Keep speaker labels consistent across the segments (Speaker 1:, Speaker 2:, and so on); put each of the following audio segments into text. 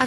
Speaker 1: A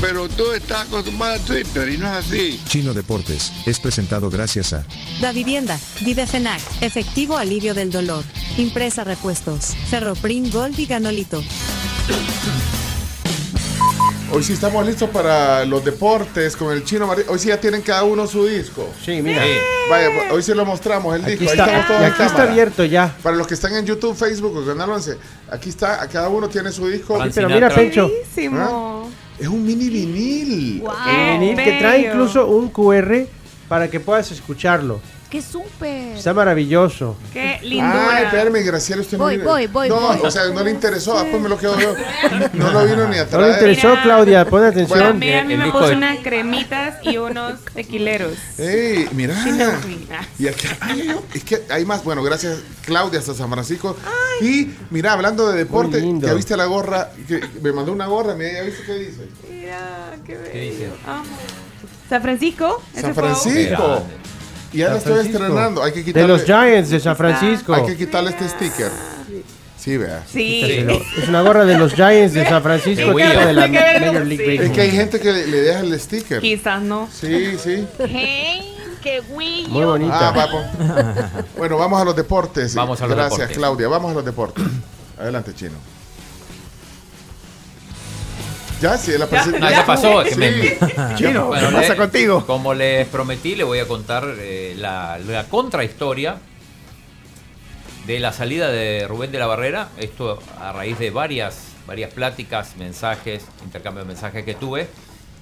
Speaker 2: Pero tú estás acostumbrado a Twitter y no es así.
Speaker 3: Chino Deportes es presentado gracias a
Speaker 1: Da Vivienda, Videfenac, Efectivo Alivio del Dolor, Impresa Repuestos, Ferroprim Gold y Ganolito.
Speaker 4: Hoy sí estamos listos para los deportes con el chino Marín. Hoy sí ya tienen cada uno su disco.
Speaker 5: Sí, mira.
Speaker 4: Vaya, hoy sí lo mostramos el
Speaker 5: Aquí
Speaker 4: disco. Ahí
Speaker 5: está,
Speaker 4: estamos todos
Speaker 5: y
Speaker 4: en
Speaker 5: aquí está
Speaker 4: cámara.
Speaker 5: abierto ya.
Speaker 4: Para los que están en YouTube, Facebook o Canal 11, aquí está, a cada uno tiene su disco. ¿Ah?
Speaker 5: Sí, pero mira, Pencho,
Speaker 6: Buenísimo.
Speaker 4: Es un mini vinil.
Speaker 5: el vinil que trae
Speaker 6: Ah, bello.
Speaker 5: incluso un QR para que puedas escucharlo.
Speaker 6: ¡Qué súper!
Speaker 5: Está maravilloso.
Speaker 6: ¡Qué
Speaker 4: Ay,
Speaker 6: lindura!
Speaker 4: espérame, Graciela, usted
Speaker 6: Voy,
Speaker 4: no
Speaker 6: voy, voy,
Speaker 4: No,
Speaker 6: voy.
Speaker 4: o sea, no le interesó, ah, pues me lo quedo yo. No lo vino ni a
Speaker 5: No le
Speaker 4: traer.
Speaker 5: interesó,
Speaker 6: Mira.
Speaker 5: Claudia, pon atención.
Speaker 6: Mira, a mí
Speaker 7: El
Speaker 6: me
Speaker 7: disco
Speaker 6: puso
Speaker 7: de-
Speaker 6: unas cremitas y unos tequileros.
Speaker 4: Ey, mira.
Speaker 6: Sí, me aburrí. Ah.
Speaker 4: Y aquí, ay, no, es que hay más. Bueno, gracias Claudia hasta San Francisco. Y mira, hablando de deporte,
Speaker 5: lindo.
Speaker 4: ya viste la gorra, que me mandó una gorra, mira, ya viste qué dice.
Speaker 6: Mira, qué bello.
Speaker 7: dice?
Speaker 6: Amo. San Francisco.
Speaker 4: San
Speaker 6: ese fue un-
Speaker 4: Francisco. Y ya la estoy estrenando. Hay que
Speaker 5: De
Speaker 4: quitarle,
Speaker 5: los Giants de San Francisco.
Speaker 4: hay que quitarle este sticker. Sí, vea.
Speaker 6: Sí.
Speaker 5: Pero Es una gorra de los Giants de San Francisco,
Speaker 7: Qué
Speaker 5: equipo de la
Speaker 6: bueno, sí.
Speaker 5: Major League
Speaker 4: Es que hay
Speaker 5: Baseball.
Speaker 4: gente que le, le deja el sticker.
Speaker 6: Quizás no.
Speaker 4: Sí, sí.
Speaker 6: ¡Hey! ¡Qué güey!
Speaker 5: Muy
Speaker 4: Ah,
Speaker 5: bonita.
Speaker 4: papo. Bueno, vamos a los deportes.
Speaker 7: Vamos a los
Speaker 4: Gracias,
Speaker 7: deportes.
Speaker 4: Claudia. Vamos a los deportes. Adelante, Chino. Ya, sí, la presen-
Speaker 7: No, ya pasó. que me- ¿eh?
Speaker 4: Chino,
Speaker 7: Bueno, le-
Speaker 5: contigo?
Speaker 7: Como les prometí, le voy a contar eh, la, la contrahistoria de la salida de Rubén de la Barrera. Esto a raíz de varias, varias pláticas, mensajes, intercambio de mensajes que tuve.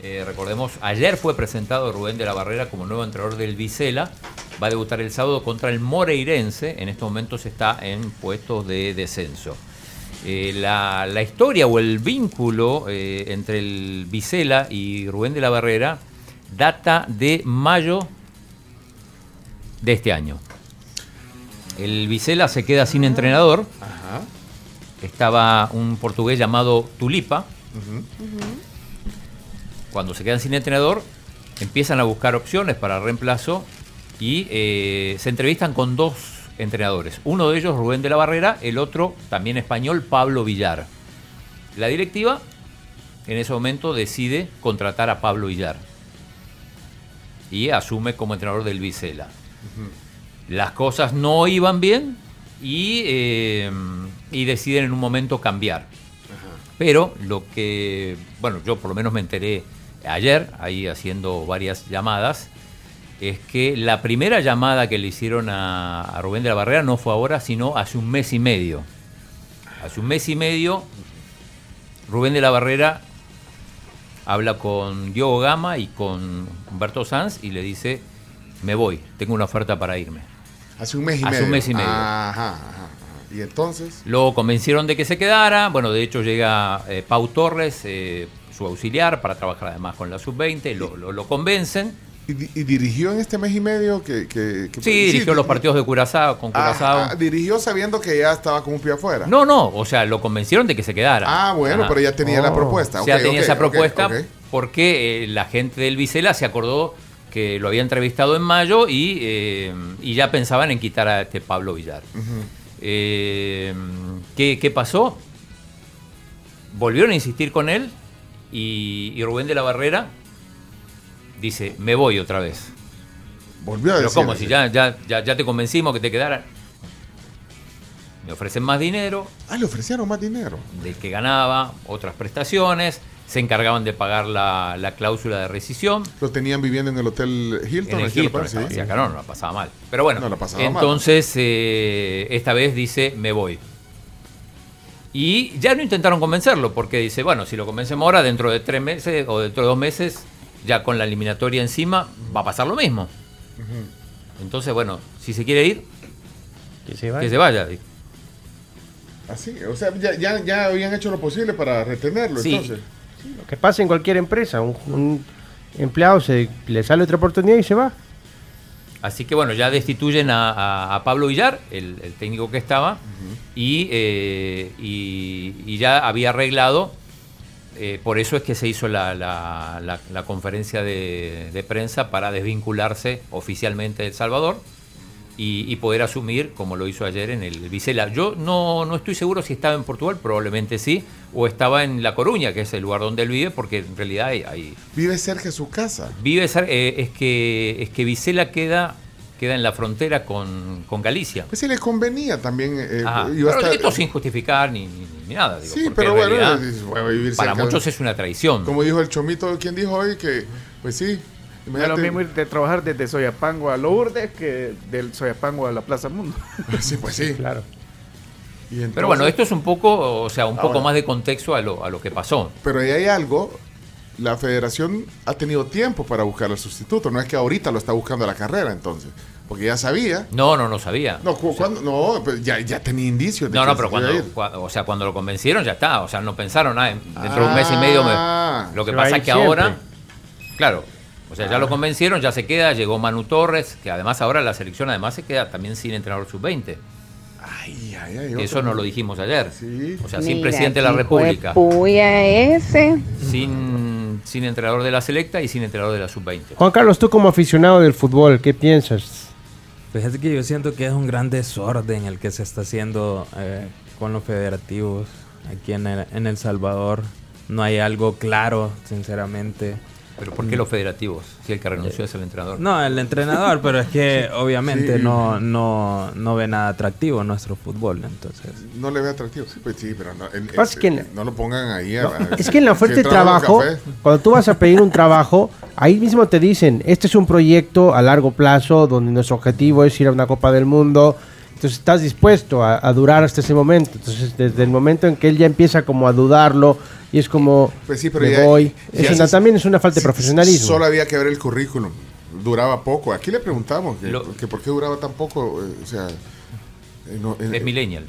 Speaker 7: Eh, recordemos, ayer fue presentado Rubén de la Barrera como nuevo entrenador del Vicela. Va a debutar el sábado contra el Moreirense. En estos momentos está en puestos de descenso. Eh, la, la historia o el vínculo eh, entre el Vicela y Rubén de la Barrera data de mayo de este año. El Vicela se queda sin entrenador. Estaba un portugués llamado Tulipa. Cuando se quedan sin entrenador, empiezan a buscar opciones para reemplazo y eh, se entrevistan con dos entrenadores. Uno de ellos, Rubén de la Barrera, el otro, también español, Pablo Villar. La directiva en ese momento decide contratar a Pablo Villar y asume como entrenador del Vicela las cosas no iban bien y, eh, y deciden en un momento cambiar. Pero lo que, bueno, yo por lo menos me enteré ayer, ahí haciendo varias llamadas, es que la primera llamada que le hicieron a, a Rubén de la Barrera no fue ahora, sino hace un mes y medio. Hace un mes y medio, Rubén de la Barrera habla con Diogo Gama y con Humberto Sanz y le dice, me voy, tengo una oferta para irme.
Speaker 4: Hace un mes y
Speaker 7: Hace
Speaker 4: medio.
Speaker 7: un mes y medio.
Speaker 4: Ajá, ajá, ajá. Y entonces,
Speaker 7: Lo convencieron de que se quedara. Bueno, de hecho llega eh, Pau Torres, eh, su auxiliar, para trabajar además con la sub-20. Lo, lo- lo convencen.
Speaker 4: y, di- y dirigió en este mes y medio que... que, que-
Speaker 7: Sí, dirigió los
Speaker 4: di-
Speaker 7: partidos de Curazao, con
Speaker 4: Ah,
Speaker 7: Curazao.
Speaker 4: Ajá, dirigió sabiendo que ya estaba con un pie afuera.
Speaker 7: no, no, o sea, lo convencieron de que se quedara.
Speaker 4: Ah, bueno,
Speaker 7: Ajá.
Speaker 4: pero ya tenía la
Speaker 5: Oh.
Speaker 4: propuesta.
Speaker 7: O sea,
Speaker 4: Ok,
Speaker 7: tenía
Speaker 4: ok,
Speaker 7: esa
Speaker 4: ok,
Speaker 7: propuesta
Speaker 4: ok.
Speaker 7: porque eh, la gente del Vicela se acordó que lo había entrevistado en mayo y, eh, y ya pensaban en quitar a este Pablo Villar. Eh, ¿qué, qué pasó? Volvieron a insistir con él y, y Rubén de la Barrera dice, me voy otra vez.
Speaker 4: Volvió a
Speaker 7: Pero
Speaker 4: decir.
Speaker 7: ¿cómo? Si ya, ya, ya, ya te convencimos que te quedara. Me ofrecen más dinero,
Speaker 4: Ah, le ofrecieron más dinero.
Speaker 7: del que ganaba, otras prestaciones, se encargaban de pagar la, la cláusula de rescisión.
Speaker 4: Lo tenían viviendo en el Hotel Hilton.
Speaker 7: En el
Speaker 4: aquí en La
Speaker 7: Hilton
Speaker 4: Paz, sí.
Speaker 7: estaba, decía, "No, no la pasaba mal. Pero bueno,
Speaker 4: No la pasaba mal.
Speaker 7: entonces eh, esta vez dice, me voy. Y ya no intentaron convencerlo, porque dice, bueno, si lo convencemos ahora, dentro de tres meses o dentro de dos meses, ya con la eliminatoria encima, va a pasar lo mismo. Entonces, bueno, si se quiere ir,
Speaker 5: Que se vaya.
Speaker 7: que se vaya.
Speaker 4: Así, o sea, ya, ya, ya habían hecho lo posible para retenerlo,
Speaker 7: Sí.
Speaker 4: entonces.
Speaker 5: Que pasa en cualquier empresa. Un, un empleado se, le sale otra oportunidad y se va.
Speaker 7: Así que bueno, ya destituyen a, a- a Pablo Villar, el, el técnico que estaba, y, eh, y- y ya había arreglado. eh, por eso es que se hizo la, la- la- la conferencia de, de prensa para desvincularse oficialmente de El Salvador y, y poder asumir, como lo hizo ayer en el Vicela. Yo no, no estoy seguro si estaba en Portugal, probablemente sí, o estaba en La Coruña, que es el lugar donde él vive, porque en realidad hay, hay-
Speaker 4: Vive cerca de su casa.
Speaker 7: Vive cer- eh, es que es que Vicela queda queda en la frontera con, con Galicia.
Speaker 4: Pues si le convenía también. eh,
Speaker 7: Ajá.
Speaker 4: iba a
Speaker 7: Pero
Speaker 4: estar-
Speaker 7: esto sin justificar ni, ni- ni nada. digo,
Speaker 4: Sí,
Speaker 7: porque
Speaker 4: pero
Speaker 7: en
Speaker 4: bueno,
Speaker 7: realidad,
Speaker 4: es- bueno, vivir
Speaker 7: para
Speaker 4: cerca de-
Speaker 7: muchos es una traición.
Speaker 4: Como dijo el chomito, ¿quién dijo hoy que, pues sí,
Speaker 8: No es lo
Speaker 4: imagínate-
Speaker 8: mismo ir de trabajar desde Soyapango a Lourdes que del Soyapango a la Plaza Mundo.
Speaker 4: Sí, pues sí.
Speaker 5: Claro.
Speaker 4: Y entonces-
Speaker 7: Pero bueno, esto es un poco, o sea, un poco
Speaker 8: bueno.
Speaker 7: más de contexto a lo, a lo que pasó.
Speaker 4: Pero ahí hay algo. La federación ha tenido tiempo para buscar al sustituto. No es que ahorita lo está buscando a la carrera, entonces. Porque ya sabía.
Speaker 7: No, no, no sabía.
Speaker 4: No, cu- cuando- no pues, ya, ya tenía indicios. de
Speaker 7: No,
Speaker 4: que
Speaker 7: no,
Speaker 4: se
Speaker 7: pero
Speaker 4: iba a
Speaker 7: cuando,
Speaker 4: ir.
Speaker 7: cua- o sea, cuando lo convencieron ya está. O sea, no pensaron, ah, en- dentro de un mes y medio
Speaker 4: Ah. Ah.
Speaker 7: me... Lo que
Speaker 5: Se va a
Speaker 7: pasa
Speaker 5: ir
Speaker 7: es que
Speaker 5: siempre.
Speaker 7: ahora, claro, o sea, ya lo convencieron, ya se queda, llegó Manu Torres, que además ahora la selección además se queda también sin entrenador sub-20.
Speaker 4: Ay, ay, ay,
Speaker 7: Eso
Speaker 4: otro-
Speaker 7: no lo dijimos ayer.
Speaker 4: Sí.
Speaker 7: O sea, sin presidente de la República,
Speaker 6: ese.
Speaker 7: sin, sin entrenador de la selecta y sin entrenador de la sub-20.
Speaker 5: Juan Carlos, tú como aficionado del fútbol, ¿qué piensas?
Speaker 9: Fíjate que yo siento que es un gran desorden el que se está haciendo eh, con los federativos aquí en el, en El Salvador. No hay algo claro, sinceramente.
Speaker 7: Pero ¿por
Speaker 4: Mm.
Speaker 7: qué los federativos? Si el que renunció es el entrenador.
Speaker 9: No, el entrenador, pero es que obviamente no, no, no ve nada atractivo nuestro fútbol, entonces.
Speaker 4: oh, No le ve atractivo. Sí, pues sí, pero no, en-
Speaker 5: Pasa
Speaker 4: en-
Speaker 5: que en la-
Speaker 4: no lo pongan ahí. a-
Speaker 5: No,
Speaker 4: a-
Speaker 5: es que en la oferta
Speaker 4: que
Speaker 5: de
Speaker 4: traban los
Speaker 5: trabajo,
Speaker 4: cafés.
Speaker 5: cuando tú vas a pedir un trabajo, ahí mismo te dicen, este es un proyecto a largo plazo donde nuestro objetivo es ir a una Copa del Mundo. Entonces estás dispuesto a, a durar hasta ese momento. Entonces desde el momento en que él ya empieza como a dudarlo y es como,
Speaker 4: Pues sí, pero
Speaker 5: me
Speaker 4: ya-
Speaker 5: voy.
Speaker 4: ya
Speaker 5: Eso
Speaker 4: haces-
Speaker 5: no- también es una falta de profesionalismo.
Speaker 4: Solo había que ver el currículum. Duraba poco. Aquí le preguntamos que,
Speaker 7: Lo-
Speaker 4: que por qué duraba tan poco. eh, o sea, eh, no, eh,
Speaker 7: Es millennial.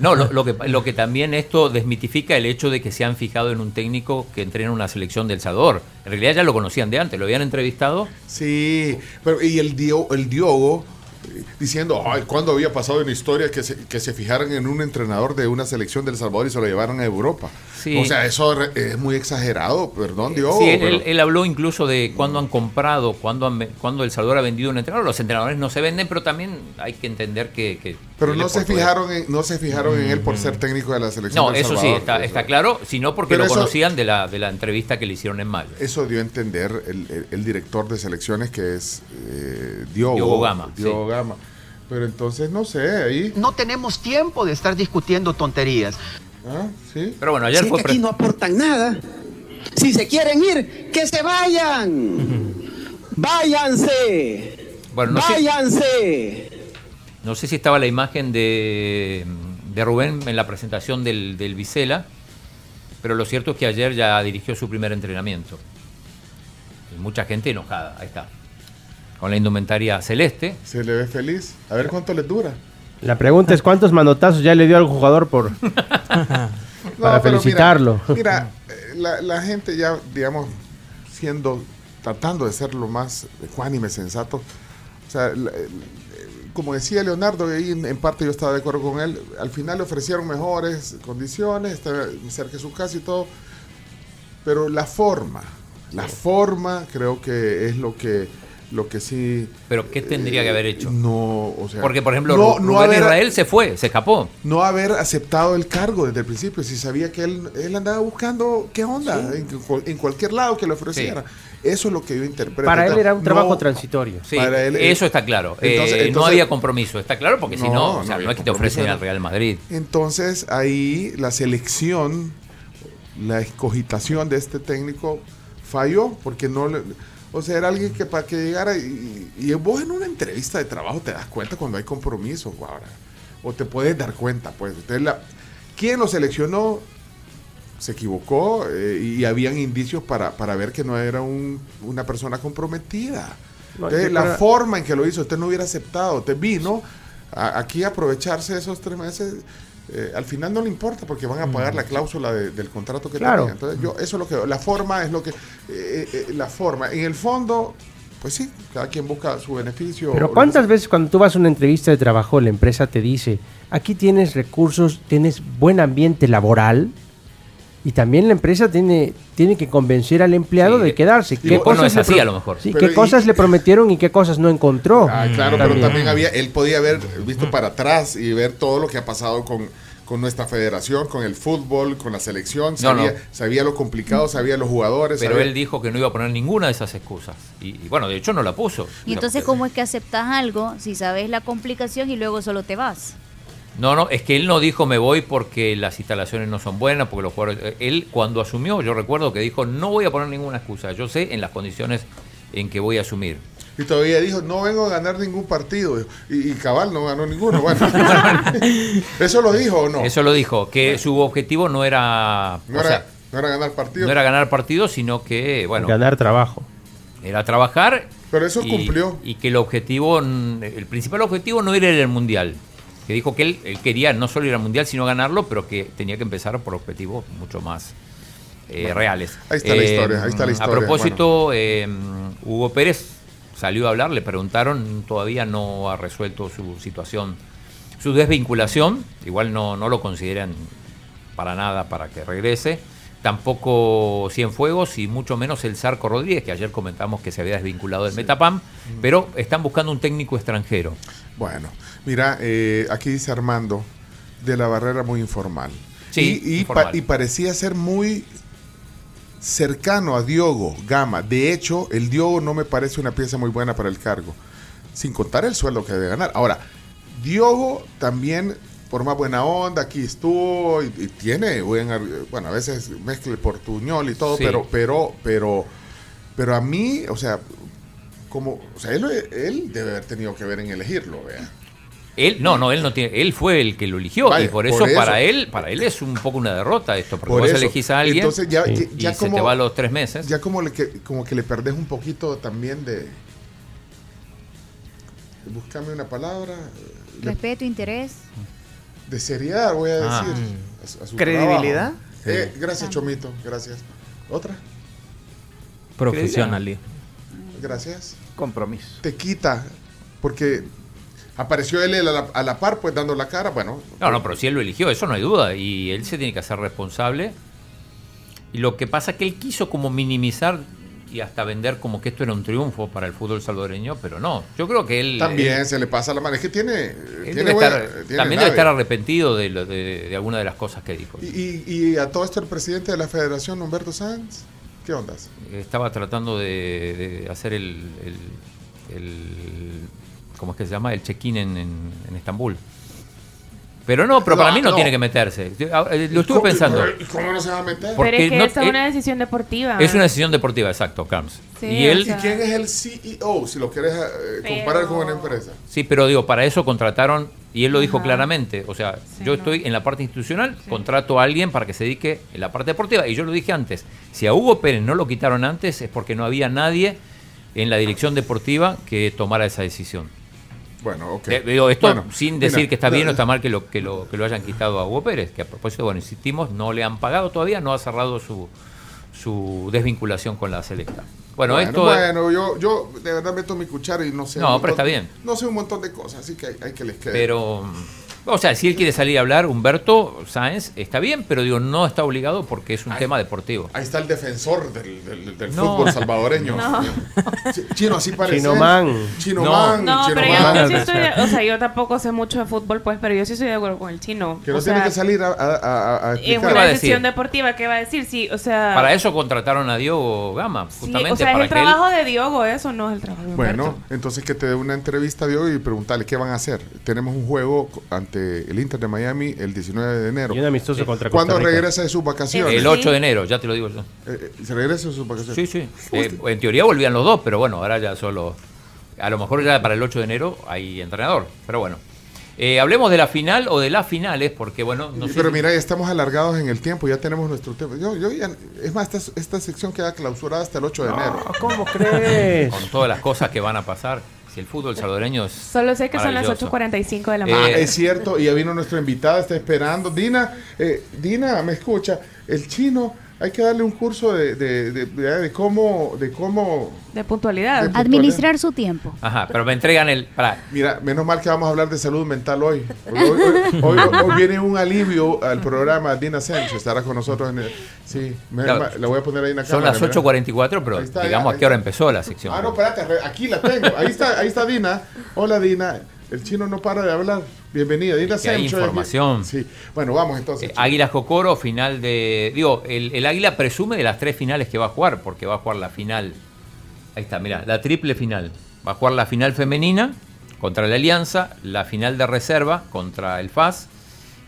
Speaker 7: No, lo, lo que, lo que también esto desmitifica el hecho de que se han fijado en un técnico que entrena una selección del Salvador. En realidad ya lo conocían de antes, lo habían entrevistado.
Speaker 4: Sí, pero y el, dio, el Diogo eh, diciendo, ay, ¿cuándo había pasado en la historia que se, que se fijaran en un entrenador de una selección del Salvador y se lo llevaron a Europa?
Speaker 7: Sí. Eh,
Speaker 4: O sea, eso re- es muy exagerado, perdón, Diogo.
Speaker 7: Sí, él,
Speaker 4: pero-
Speaker 7: él- él habló incluso de cuándo han comprado, cuándo, han ve- cuándo El Salvador ha vendido un entrenador. Los entrenadores no se venden, pero también hay que entender que... que-
Speaker 4: pero
Speaker 7: que
Speaker 4: no
Speaker 7: el
Speaker 4: se,
Speaker 7: portugués-
Speaker 4: fijaron en, no se fijaron en él por ser técnico de la selección
Speaker 7: No,
Speaker 4: del
Speaker 7: eso sí,
Speaker 4: Salvador. pues,
Speaker 7: está, está claro, sino porque
Speaker 4: Pero
Speaker 7: lo
Speaker 4: eso-
Speaker 7: conocían de la, de la entrevista que le hicieron en mayo.
Speaker 4: Eso dio a entender el, el- el director de selecciones que es eh, Diogo,
Speaker 7: Diogo Gama,
Speaker 4: Diogo Gama. Pero entonces, no sé, ahí...
Speaker 10: No tenemos tiempo de estar discutiendo tonterías.
Speaker 4: ¿ah? ¿Sí?
Speaker 7: Pero bueno, ayer
Speaker 10: Si es
Speaker 7: fue...
Speaker 10: que aquí
Speaker 7: pre-
Speaker 10: no aportan nada. Si se quieren ir, que se vayan. Váyanse.
Speaker 7: Bueno, no sé-
Speaker 10: Váyanse.
Speaker 7: No sé si estaba la imagen de, de Rubén en la presentación del, del Vicela, pero lo cierto es que ayer ya dirigió su primer entrenamiento. Y mucha gente enojada, ahí está. Con la indumentaria celeste.
Speaker 4: Se le ve feliz. A ver cuánto les dura.
Speaker 5: La pregunta es cuántos manotazos ya le dio al jugador por... Para
Speaker 4: pero mira,
Speaker 5: felicitarlo.
Speaker 4: Mira, eh, la, la gente ya, digamos, siendo, tratando de ser lo más ecuánime, sensato. O sea, la- el- el- como decía Leonardo, y en, en parte yo estaba de acuerdo con él, al final le ofrecieron mejores condiciones, está cerca de su casa y todo, pero la forma, la forma creo que es lo que, lo que sí... eh,
Speaker 7: Pero ¿qué tendría que haber hecho?
Speaker 4: No, o sea...
Speaker 7: Porque, por ejemplo,
Speaker 4: no-
Speaker 7: Ru-
Speaker 4: no
Speaker 7: Rubén
Speaker 4: haber-
Speaker 7: Israel se fue, se escapó.
Speaker 4: no haber aceptado el cargo desde el principio, si sabía que él, él andaba buscando qué onda, en, cu- en cualquier lado que le ofreciera. Eso es lo que yo interpreto.
Speaker 5: Para él era un
Speaker 4: No,
Speaker 5: trabajo transitorio.
Speaker 7: Sí,
Speaker 4: Para él, eh,
Speaker 7: eso está claro. Eh,
Speaker 4: entonces-
Speaker 7: no
Speaker 4: entonces-
Speaker 7: había compromiso, está claro, porque si
Speaker 4: No,
Speaker 7: no,
Speaker 4: no
Speaker 7: o sea, no,
Speaker 4: había
Speaker 7: es que te
Speaker 4: compromiso,
Speaker 7: ofrecen
Speaker 4: no.
Speaker 7: al Real Madrid.
Speaker 4: Entonces ahí la selección, la escogitación de este técnico falló porque no le... O sea, era alguien que para que llegara y, y vos en una entrevista de trabajo te das cuenta cuando hay compromiso, ahora. O te puedes dar cuenta, pues. Entonces, la, ¿Quién lo seleccionó? se equivocó eh, y habían indicios para, para ver que no era un- una persona comprometida.
Speaker 5: No,
Speaker 4: Entonces,
Speaker 5: sí,
Speaker 4: la
Speaker 5: para-
Speaker 4: forma en que lo hizo, usted no hubiera aceptado, usted vino a- aquí a aprovecharse esos tres meses. eh, al final no le importa porque van a pagar la cláusula de- del contrato que
Speaker 5: Mm. Claro.
Speaker 4: eh, tenía. Entonces, yo, eso es lo que. La forma es lo que. eh, eh, la forma. En el fondo, pues sí, cada quien busca su beneficio.
Speaker 5: Pero ¿cuántas veces cuando tú vas a una entrevista de trabajo, la empresa te dice, aquí tienes recursos, tienes buen ambiente laboral? Y también la empresa tiene, tiene que convencer al empleado de
Speaker 7: y
Speaker 5: quedarse.
Speaker 7: eh, bueno, no es
Speaker 5: le
Speaker 7: así
Speaker 5: pro-
Speaker 7: a lo mejor.
Speaker 5: Sí,
Speaker 4: Pero
Speaker 5: ¿Qué
Speaker 4: y-
Speaker 5: cosas le prometieron y qué cosas no encontró?
Speaker 4: Ah, claro, pero también había, él podía haber
Speaker 5: Mm.
Speaker 4: visto para atrás y ver todo lo que ha pasado con, con nuestra federación, con el fútbol, con la selección,
Speaker 7: No,
Speaker 4: sabía,
Speaker 7: no.
Speaker 4: sabía lo complicado, sabía los jugadores.
Speaker 7: Pero
Speaker 4: sabía-
Speaker 7: él dijo que no iba a poner ninguna de esas excusas. Y, y bueno, de hecho no la puso.
Speaker 11: Y entonces, ¿cómo es que aceptas algo si sabes la complicación y luego solo te vas?
Speaker 7: No, no, es que él no dijo me voy porque las instalaciones no son buenas, porque los jugadores... eh, Él cuando asumió, yo recuerdo que dijo no voy a poner ninguna excusa, yo sé en las condiciones en que voy a asumir.
Speaker 4: Y todavía dijo, no vengo a ganar ningún partido. Y, y Cabal no ganó ninguno. Bueno, ¿eso lo dijo o no?
Speaker 7: Eso lo dijo, que su objetivo no era...
Speaker 4: No
Speaker 7: o
Speaker 4: era,
Speaker 7: sea,
Speaker 4: no era ganar partido.
Speaker 7: no era ganar partidos, sino que, bueno,
Speaker 5: Ganar trabajo.
Speaker 7: era trabajar.
Speaker 4: Pero eso
Speaker 7: y-
Speaker 4: cumplió.
Speaker 7: Y que el objetivo, mm, el principal objetivo no era ir al mundial. Que dijo que él, él quería no solo ir al mundial, sino ganarlo, pero que tenía que empezar por objetivos mucho más eh, reales. Eh,
Speaker 4: Ahí está la historia, ahí está la historia,
Speaker 7: A propósito, eh, Hugo Pérez salió a hablar, le preguntaron, todavía no ha resuelto su situación, su desvinculación. Igual no, no lo consideran para nada para que regrese. Tampoco Cienfuegos y mucho menos el Zarco Rodríguez, que ayer comentamos que se había desvinculado del Metapam, pero están buscando un técnico extranjero.
Speaker 4: Bueno, mira, eh, aquí dice Armando, de la barrera muy informal.
Speaker 7: Sí,
Speaker 4: y, y
Speaker 7: informal.
Speaker 4: pa- y parecía ser muy cercano a Diogo Gama. De hecho, el Diogo no me parece una pieza muy buena para el cargo, sin contar el sueldo que debe ganar. Ahora, Diogo también, por más buena onda, aquí estuvo y, y tiene, buen ar- bueno, a veces mezcle portuñol y todo,
Speaker 7: Sí.
Speaker 4: pero, pero, pero, pero a mí, o sea, como, o sea, él, él debe haber tenido que ver en elegirlo, vea.
Speaker 7: Él, no, no, él no tiene, él fue el que lo eligió
Speaker 4: Vaya,
Speaker 7: y
Speaker 4: por
Speaker 7: por eso,
Speaker 4: eso.
Speaker 7: para él, para él es un poco una derrota esto, porque
Speaker 4: Por
Speaker 7: vos
Speaker 4: eso.
Speaker 7: elegís a alguien
Speaker 4: Entonces ya-
Speaker 7: y,
Speaker 4: ya- ya
Speaker 7: y se
Speaker 4: como-
Speaker 7: te va a los tres meses.
Speaker 4: Ya como, le que, como que le perdés un poquito también de... Búscame una palabra eh, le-
Speaker 11: Respeto, interés.
Speaker 4: de seriedad, voy a
Speaker 7: Ah.
Speaker 4: decir. a su- a su
Speaker 8: ¿Credibilidad?
Speaker 4: trabajo. Eh, gracias, Chomito. Gracias. ¿Otra?
Speaker 9: Profesionalismo.
Speaker 4: Gracias.
Speaker 8: Compromiso.
Speaker 4: Te quita, porque apareció él a la, a la par, pues dando la cara. Bueno,
Speaker 7: No, no, pero si él lo eligió, eso no hay duda. Y él se tiene que hacer responsable. Y lo que pasa es que él quiso como minimizar y hasta vender como que esto era un triunfo para el fútbol salvadoreño, pero no. Yo creo que él...
Speaker 4: también
Speaker 7: él-
Speaker 4: se le pasa la mano. Es que tiene... eh,
Speaker 7: él
Speaker 4: tiene
Speaker 7: debe
Speaker 4: buena-
Speaker 7: estar-
Speaker 4: tiene
Speaker 7: también debe
Speaker 4: labia.
Speaker 7: estar arrepentido de, lo- de- de alguna de las cosas que dijo.
Speaker 4: Y, y- y a todo esto el presidente de la federación, Humberto Sanz, ¿qué ondas?
Speaker 7: Estaba tratando de, de hacer el, el- el- ¿Cómo es que se llama? El check-in en, en- en Estambul. Pero no, pero para
Speaker 4: No,
Speaker 7: mí no,
Speaker 4: no.
Speaker 7: tiene que meterse. Ah, eh, Lo estuve
Speaker 4: ¿Cómo-
Speaker 7: pensando.
Speaker 4: ¿Y cómo no se va a meter?
Speaker 7: Porque
Speaker 12: Pero es que
Speaker 7: no-
Speaker 12: esa
Speaker 7: eh,
Speaker 12: es una decisión deportiva.
Speaker 7: Es una decisión deportiva, exacto, Camps.
Speaker 12: Sí,
Speaker 7: y
Speaker 12: o
Speaker 7: él,
Speaker 12: sea.
Speaker 4: ¿Y quién es el CEO si lo quieres eh, comparar con una empresa?
Speaker 7: sí, pero digo, para eso contrataron, y él lo dijo claramente, o sea, yo estoy en la parte institucional, contrato a alguien para que se dedique en la parte deportiva. Y yo lo dije antes, si a Hugo Pérez no lo quitaron antes es porque no había nadie en la dirección deportiva que tomara esa decisión.
Speaker 4: Bueno, ok.
Speaker 7: Eh, digo, esto
Speaker 4: Bueno,
Speaker 7: sin decir
Speaker 4: mira, eh,
Speaker 7: que está bien
Speaker 4: no,
Speaker 7: o está mal que lo, que, lo, que lo hayan quitado a Hugo Pérez, que a propósito, bueno, insistimos, no le han pagado todavía, no ha cerrado su, su desvinculación con la selecta. Bueno, esto...
Speaker 4: bueno, yo, yo de verdad meto mi cuchara y no sé.
Speaker 7: No,
Speaker 4: un montón-
Speaker 7: pero está bien.
Speaker 4: No sé un montón de cosas, así que hay, hay que les quede.
Speaker 7: Pero, o sea, si él quiere salir a hablar, Humberto Sáenz está bien, pero digo, no está obligado porque
Speaker 4: Ah,
Speaker 7: es un tema deportivo.
Speaker 4: Ahí está el defensor del, del- del
Speaker 7: No.
Speaker 4: fútbol salvadoreño.
Speaker 12: No.
Speaker 4: Chino, así parece.
Speaker 5: Chino Man.
Speaker 4: Chino
Speaker 7: No.
Speaker 4: Man.
Speaker 12: No,
Speaker 4: Chino
Speaker 12: pero
Speaker 4: Man.
Speaker 7: Ah,
Speaker 12: yo, yo sí estoy, de- o sea, yo tampoco sé mucho de fútbol, pues, pero yo sí estoy de acuerdo con el chino.
Speaker 4: Que no
Speaker 12: O sea,
Speaker 4: tiene que salir a, a, a- a
Speaker 12: Es
Speaker 4: explicar.
Speaker 12: una
Speaker 7: a
Speaker 12: decisión
Speaker 7: decir?
Speaker 12: deportiva, ¿qué va a decir? Sí, o sea,
Speaker 7: Para eso contrataron a Diogo Gama,
Speaker 12: sí,
Speaker 7: justamente
Speaker 12: o sea es
Speaker 7: para
Speaker 12: el
Speaker 7: que él-
Speaker 12: trabajo de Diogo, eso no es el trabajo de Humberto.
Speaker 4: Bueno, entonces que te dé una entrevista de hoy y preguntarle qué van a hacer. Tenemos un juego co- ante el Inter de Miami el 19 de enero.
Speaker 5: Y un amistoso contra
Speaker 4: ¿Cuándo
Speaker 5: Costa Rica.
Speaker 4: regresa de sus vacaciones?
Speaker 7: el 8 de enero, ya te lo digo yo.
Speaker 4: Eh, eh, ¿Se regresa de sus vacaciones?
Speaker 7: Sí, sí. Eh, en teoría volvían los dos, pero bueno, ahora ya solo. A lo mejor ya para el 8 de enero hay entrenador, pero bueno. Eh, hablemos de la final o de las finales, porque bueno, no
Speaker 4: Y-
Speaker 7: sé
Speaker 4: pero
Speaker 7: si-
Speaker 4: mira, ya estamos alargados en el tiempo, ya tenemos nuestro tiempo. Yo, yo ya- es más, esta, esta sección queda clausurada hasta el 8 de enero.
Speaker 5: ¿Cómo crees?
Speaker 7: con todas las cosas que van a pasar, si el fútbol salvadoreño es.
Speaker 12: Solo sé que son las
Speaker 7: maravilloso.
Speaker 12: 8.45 de la
Speaker 7: Eh,
Speaker 12: mañana.
Speaker 4: Ah, es cierto, y ya vino nuestra invitada, está esperando. Dina, eh, Dina, me escucha. El chino Hay que darle un curso de, de, de, de- de cómo... De cómo
Speaker 12: De puntualidad.
Speaker 4: De
Speaker 11: Administrar su tiempo.
Speaker 7: Ajá, pero me entregan el. Para.
Speaker 4: Mira, menos mal que vamos a hablar de salud mental hoy. Hoy, hoy- hoy- hoy- hoy viene un alivio al programa. Dina Sánchez estará con nosotros en el... Sí, me-
Speaker 7: Claro.
Speaker 4: ma- la voy a poner ahí en la
Speaker 7: Son
Speaker 4: cámara,
Speaker 7: las
Speaker 4: mira.
Speaker 7: 8.44, pero
Speaker 4: Ahí está,
Speaker 7: digamos
Speaker 4: ya,
Speaker 7: a qué hora empezó la sección.
Speaker 4: Ah, no, espérate, re- aquí la tengo. Ahí está, ahí está Dina. Hola Dina. El chino no para de hablar. Bienvenida, Dina
Speaker 7: que hay
Speaker 4: Sánchez.
Speaker 7: información.
Speaker 4: Sí, bueno, vamos entonces.
Speaker 7: Eh, Águilas Cocoro, final de. Digo, el, el Águila presume de las tres finales que va a jugar, porque va a jugar la final. Ahí está, mira, la triple final. Va a jugar la final femenina contra la Alianza, la final de reserva contra el FAS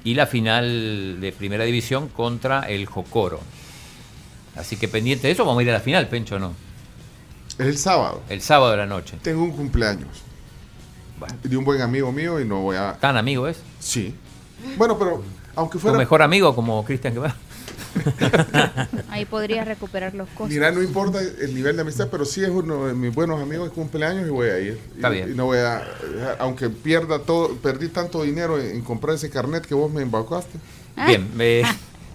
Speaker 7: y la final de primera división contra el Jocoro. Así que pendiente de eso, vamos a ir a la final, Pencho, ¿no?
Speaker 4: El sábado.
Speaker 7: El sábado de la noche.
Speaker 4: Tengo un cumpleaños. De un buen amigo mío y no voy a...
Speaker 7: ¿Tan amigo es?
Speaker 4: Sí. Bueno, pero aunque fuera...
Speaker 7: ¿Tu mejor amigo como Cristian que va?
Speaker 11: Ahí podrías recuperar los costos.
Speaker 4: Mira, no importa el nivel de amistad, pero sí es uno de mis buenos amigos de cumpleaños y voy a ir.
Speaker 7: Está
Speaker 4: Y-
Speaker 7: bien.
Speaker 4: Y no voy a, aunque pierda todo, perdí tanto dinero en, en comprar ese carnet que vos me embaucaste.
Speaker 7: Bien, eh,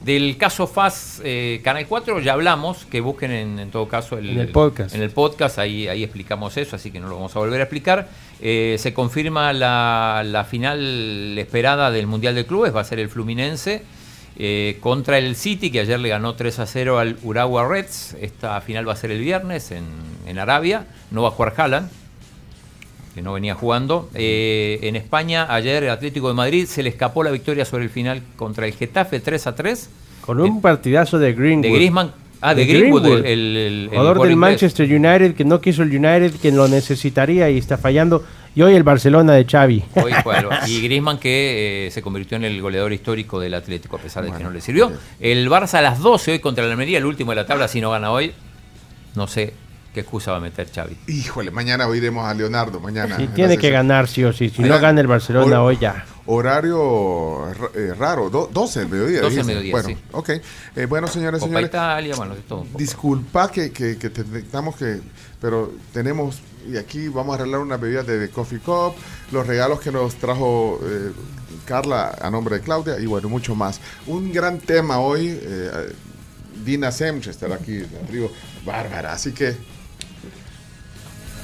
Speaker 7: del caso FAS eh, Canal 4 ya hablamos, que busquen en, en todo caso el,
Speaker 5: En el podcast.
Speaker 7: En el podcast, ahí, ahí explicamos eso, así que no lo vamos a volver a explicar. Eh, se confirma la, la final esperada del Mundial de Clubes, va a ser el Fluminense eh, contra el City, que ayer le ganó 3 a 0 al Urawa Reds. Esta final va a ser el viernes en, en Arabia, no va a jugar Haaland que no venía jugando. Eh, en España, ayer el Atlético de Madrid se le escapó la victoria sobre el final contra el Getafe 3 a 3
Speaker 5: Con un partidazo de Greenwood.
Speaker 7: de Griezmann. Ah, de,
Speaker 5: De
Speaker 7: Greenwood, el,
Speaker 5: Greenwood.
Speaker 7: el- el- el
Speaker 5: Jugador
Speaker 7: gol
Speaker 5: del
Speaker 7: inglés.
Speaker 5: Manchester United que no quiso el United, que lo necesitaría y está fallando. Y hoy el Barcelona de Xavi.
Speaker 7: Hoy fue algo. Y Griezmann que eh, se convirtió en el goleador histórico del Atlético, a pesar de que no le sirvió. El Barça a las 12 hoy contra el Almería, el último de la tabla, si no gana hoy, no sé qué excusa va a meter Xavi.
Speaker 4: Híjole, mañana iremos a Leonardo, mañana.
Speaker 5: Y tiene que ganar sí o sí. Si no
Speaker 4: Mira,
Speaker 5: gana el Barcelona
Speaker 4: ahora-
Speaker 5: hoy ya.
Speaker 4: Horario ra- eh, raro, do- 12 del mediodía.
Speaker 7: 12 del
Speaker 4: dijiste.
Speaker 7: mediodía,
Speaker 4: Bueno,
Speaker 7: sí.
Speaker 4: ok. Eh, bueno, señores,
Speaker 7: Copa
Speaker 4: señores.
Speaker 7: Italia, bueno, de todo. un poco.
Speaker 4: Disculpa que, que, que tengamos que, pero tenemos, y aquí vamos a arreglar unas bebidas de, de Coffee Cup, los regalos que nos trajo eh, Carla a nombre de Claudia y bueno, mucho más. Un gran tema hoy, eh, Dina Semch estará aquí, la tribu Bárbara, así que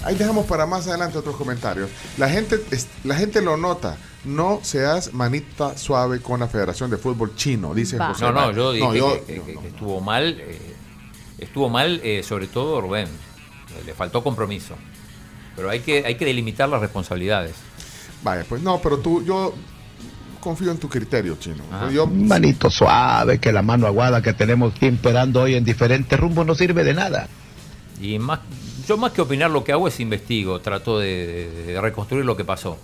Speaker 4: ahí dejamos para más adelante otros comentarios. La gente, es- la gente lo nota. No seas manita suave con la Federación de Fútbol Chino, dice
Speaker 11: Va.
Speaker 4: José.
Speaker 7: No, no,
Speaker 4: Mar-
Speaker 7: yo dije
Speaker 4: yo-
Speaker 7: que, que- que estuvo mal. eh, estuvo mal, eh, sobre todo Rubén. Le faltó compromiso. Pero hay que, hay que delimitar las responsabilidades.
Speaker 4: Vaya, pues no, pero tú, yo confío en tu criterio, chino.
Speaker 7: Ajá.
Speaker 4: Yo,
Speaker 13: Manito suave, que la mano aguada que tenemos imperando hoy en diferentes rumbos no sirve de nada.
Speaker 7: Y más, yo más que opinar lo que hago es investigo, trato de, de reconstruir lo que pasó.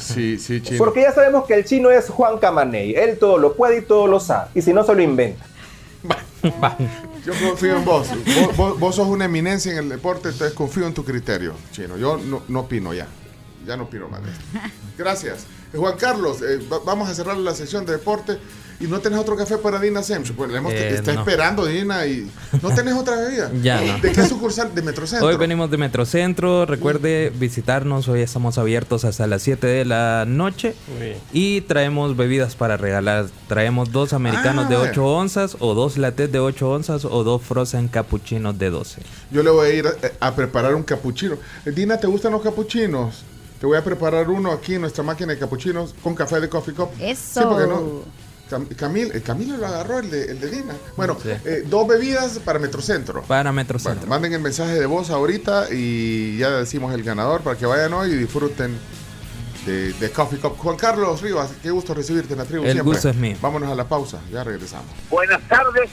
Speaker 4: sí, sí, chino.
Speaker 14: Porque ya sabemos que el chino es Juan Camaney. Él todo lo puede y todo lo sabe. Y si no, se lo inventa.
Speaker 4: Yo confío en vos. Vos, vos- vos sos una eminencia en el deporte, entonces confío en tu criterio, chino. Yo no, no opino ya. Ya no opino más. de esto. Gracias. Eh, Juan Carlos, eh, va- vamos a cerrar la sesión de deporte. ¿Y no tenés otro café para Dina Semch? Pues le hemos-
Speaker 9: Eh,
Speaker 4: está
Speaker 9: no.
Speaker 4: esperando Dina y... ¿No tenés otra bebida?
Speaker 9: Ya, no.
Speaker 4: ¿De qué sucursal? De Metrocentro.
Speaker 9: Hoy venimos de Metrocentro. Recuerde visitarnos. Hoy estamos abiertos hasta las 7 de la noche. Y traemos bebidas para regalar. Traemos dos americanos
Speaker 4: Ah,
Speaker 9: de
Speaker 4: vaya.
Speaker 9: 8 onzas, o dos latés de 8 onzas, o dos frozen capuchinos de 12.
Speaker 4: Yo le voy a ir eh, a, a preparar un capuchino. Eh, Dina, ¿te gustan los capuchinos? Te voy a preparar uno aquí en nuestra máquina de capuchinos con café de Coffee Cup.
Speaker 11: Eso.
Speaker 4: Sí, porque no. Cam- Camil, eh, Camilo lo agarró, el de, el de Dina. Bueno,
Speaker 9: Sí.
Speaker 4: eh, dos bebidas para Metrocentro.
Speaker 9: Para
Speaker 4: Bueno,
Speaker 9: Metrocentro.
Speaker 4: manden el mensaje de voz ahorita y ya decimos el ganador para que vayan hoy y disfruten de, de Coffee Cup. Juan Carlos Rivas, qué gusto recibirte en la tribu
Speaker 9: El
Speaker 4: siempre.
Speaker 9: gusto es mío.
Speaker 4: Vámonos a la pausa, ya regresamos.
Speaker 15: Buenas tardes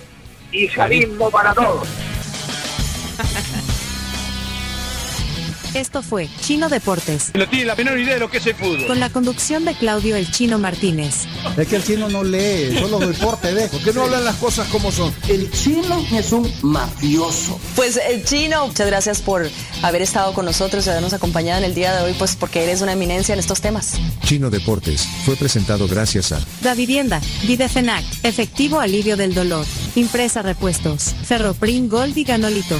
Speaker 15: y salimos para todos.
Speaker 1: Esto fue Chino Deportes,
Speaker 15: No tiene la menor idea de lo que es el fútbol.
Speaker 1: con la conducción de Claudio El Chino Martínez.
Speaker 16: Es que el chino no lee, solo deporte ve. ¿Por qué no hablan las cosas como son? El chino es un mafioso.
Speaker 17: Pues eh, Chino, muchas gracias por haber estado con nosotros y habernos acompañado en el día de hoy, pues porque eres una eminencia en estos temas.
Speaker 3: Chino Deportes fue presentado gracias a
Speaker 1: Da Vivienda, Videfenac, Efectivo Alivio del Dolor, Impresa Repuestos, Ferroprim Gold y Ganolito.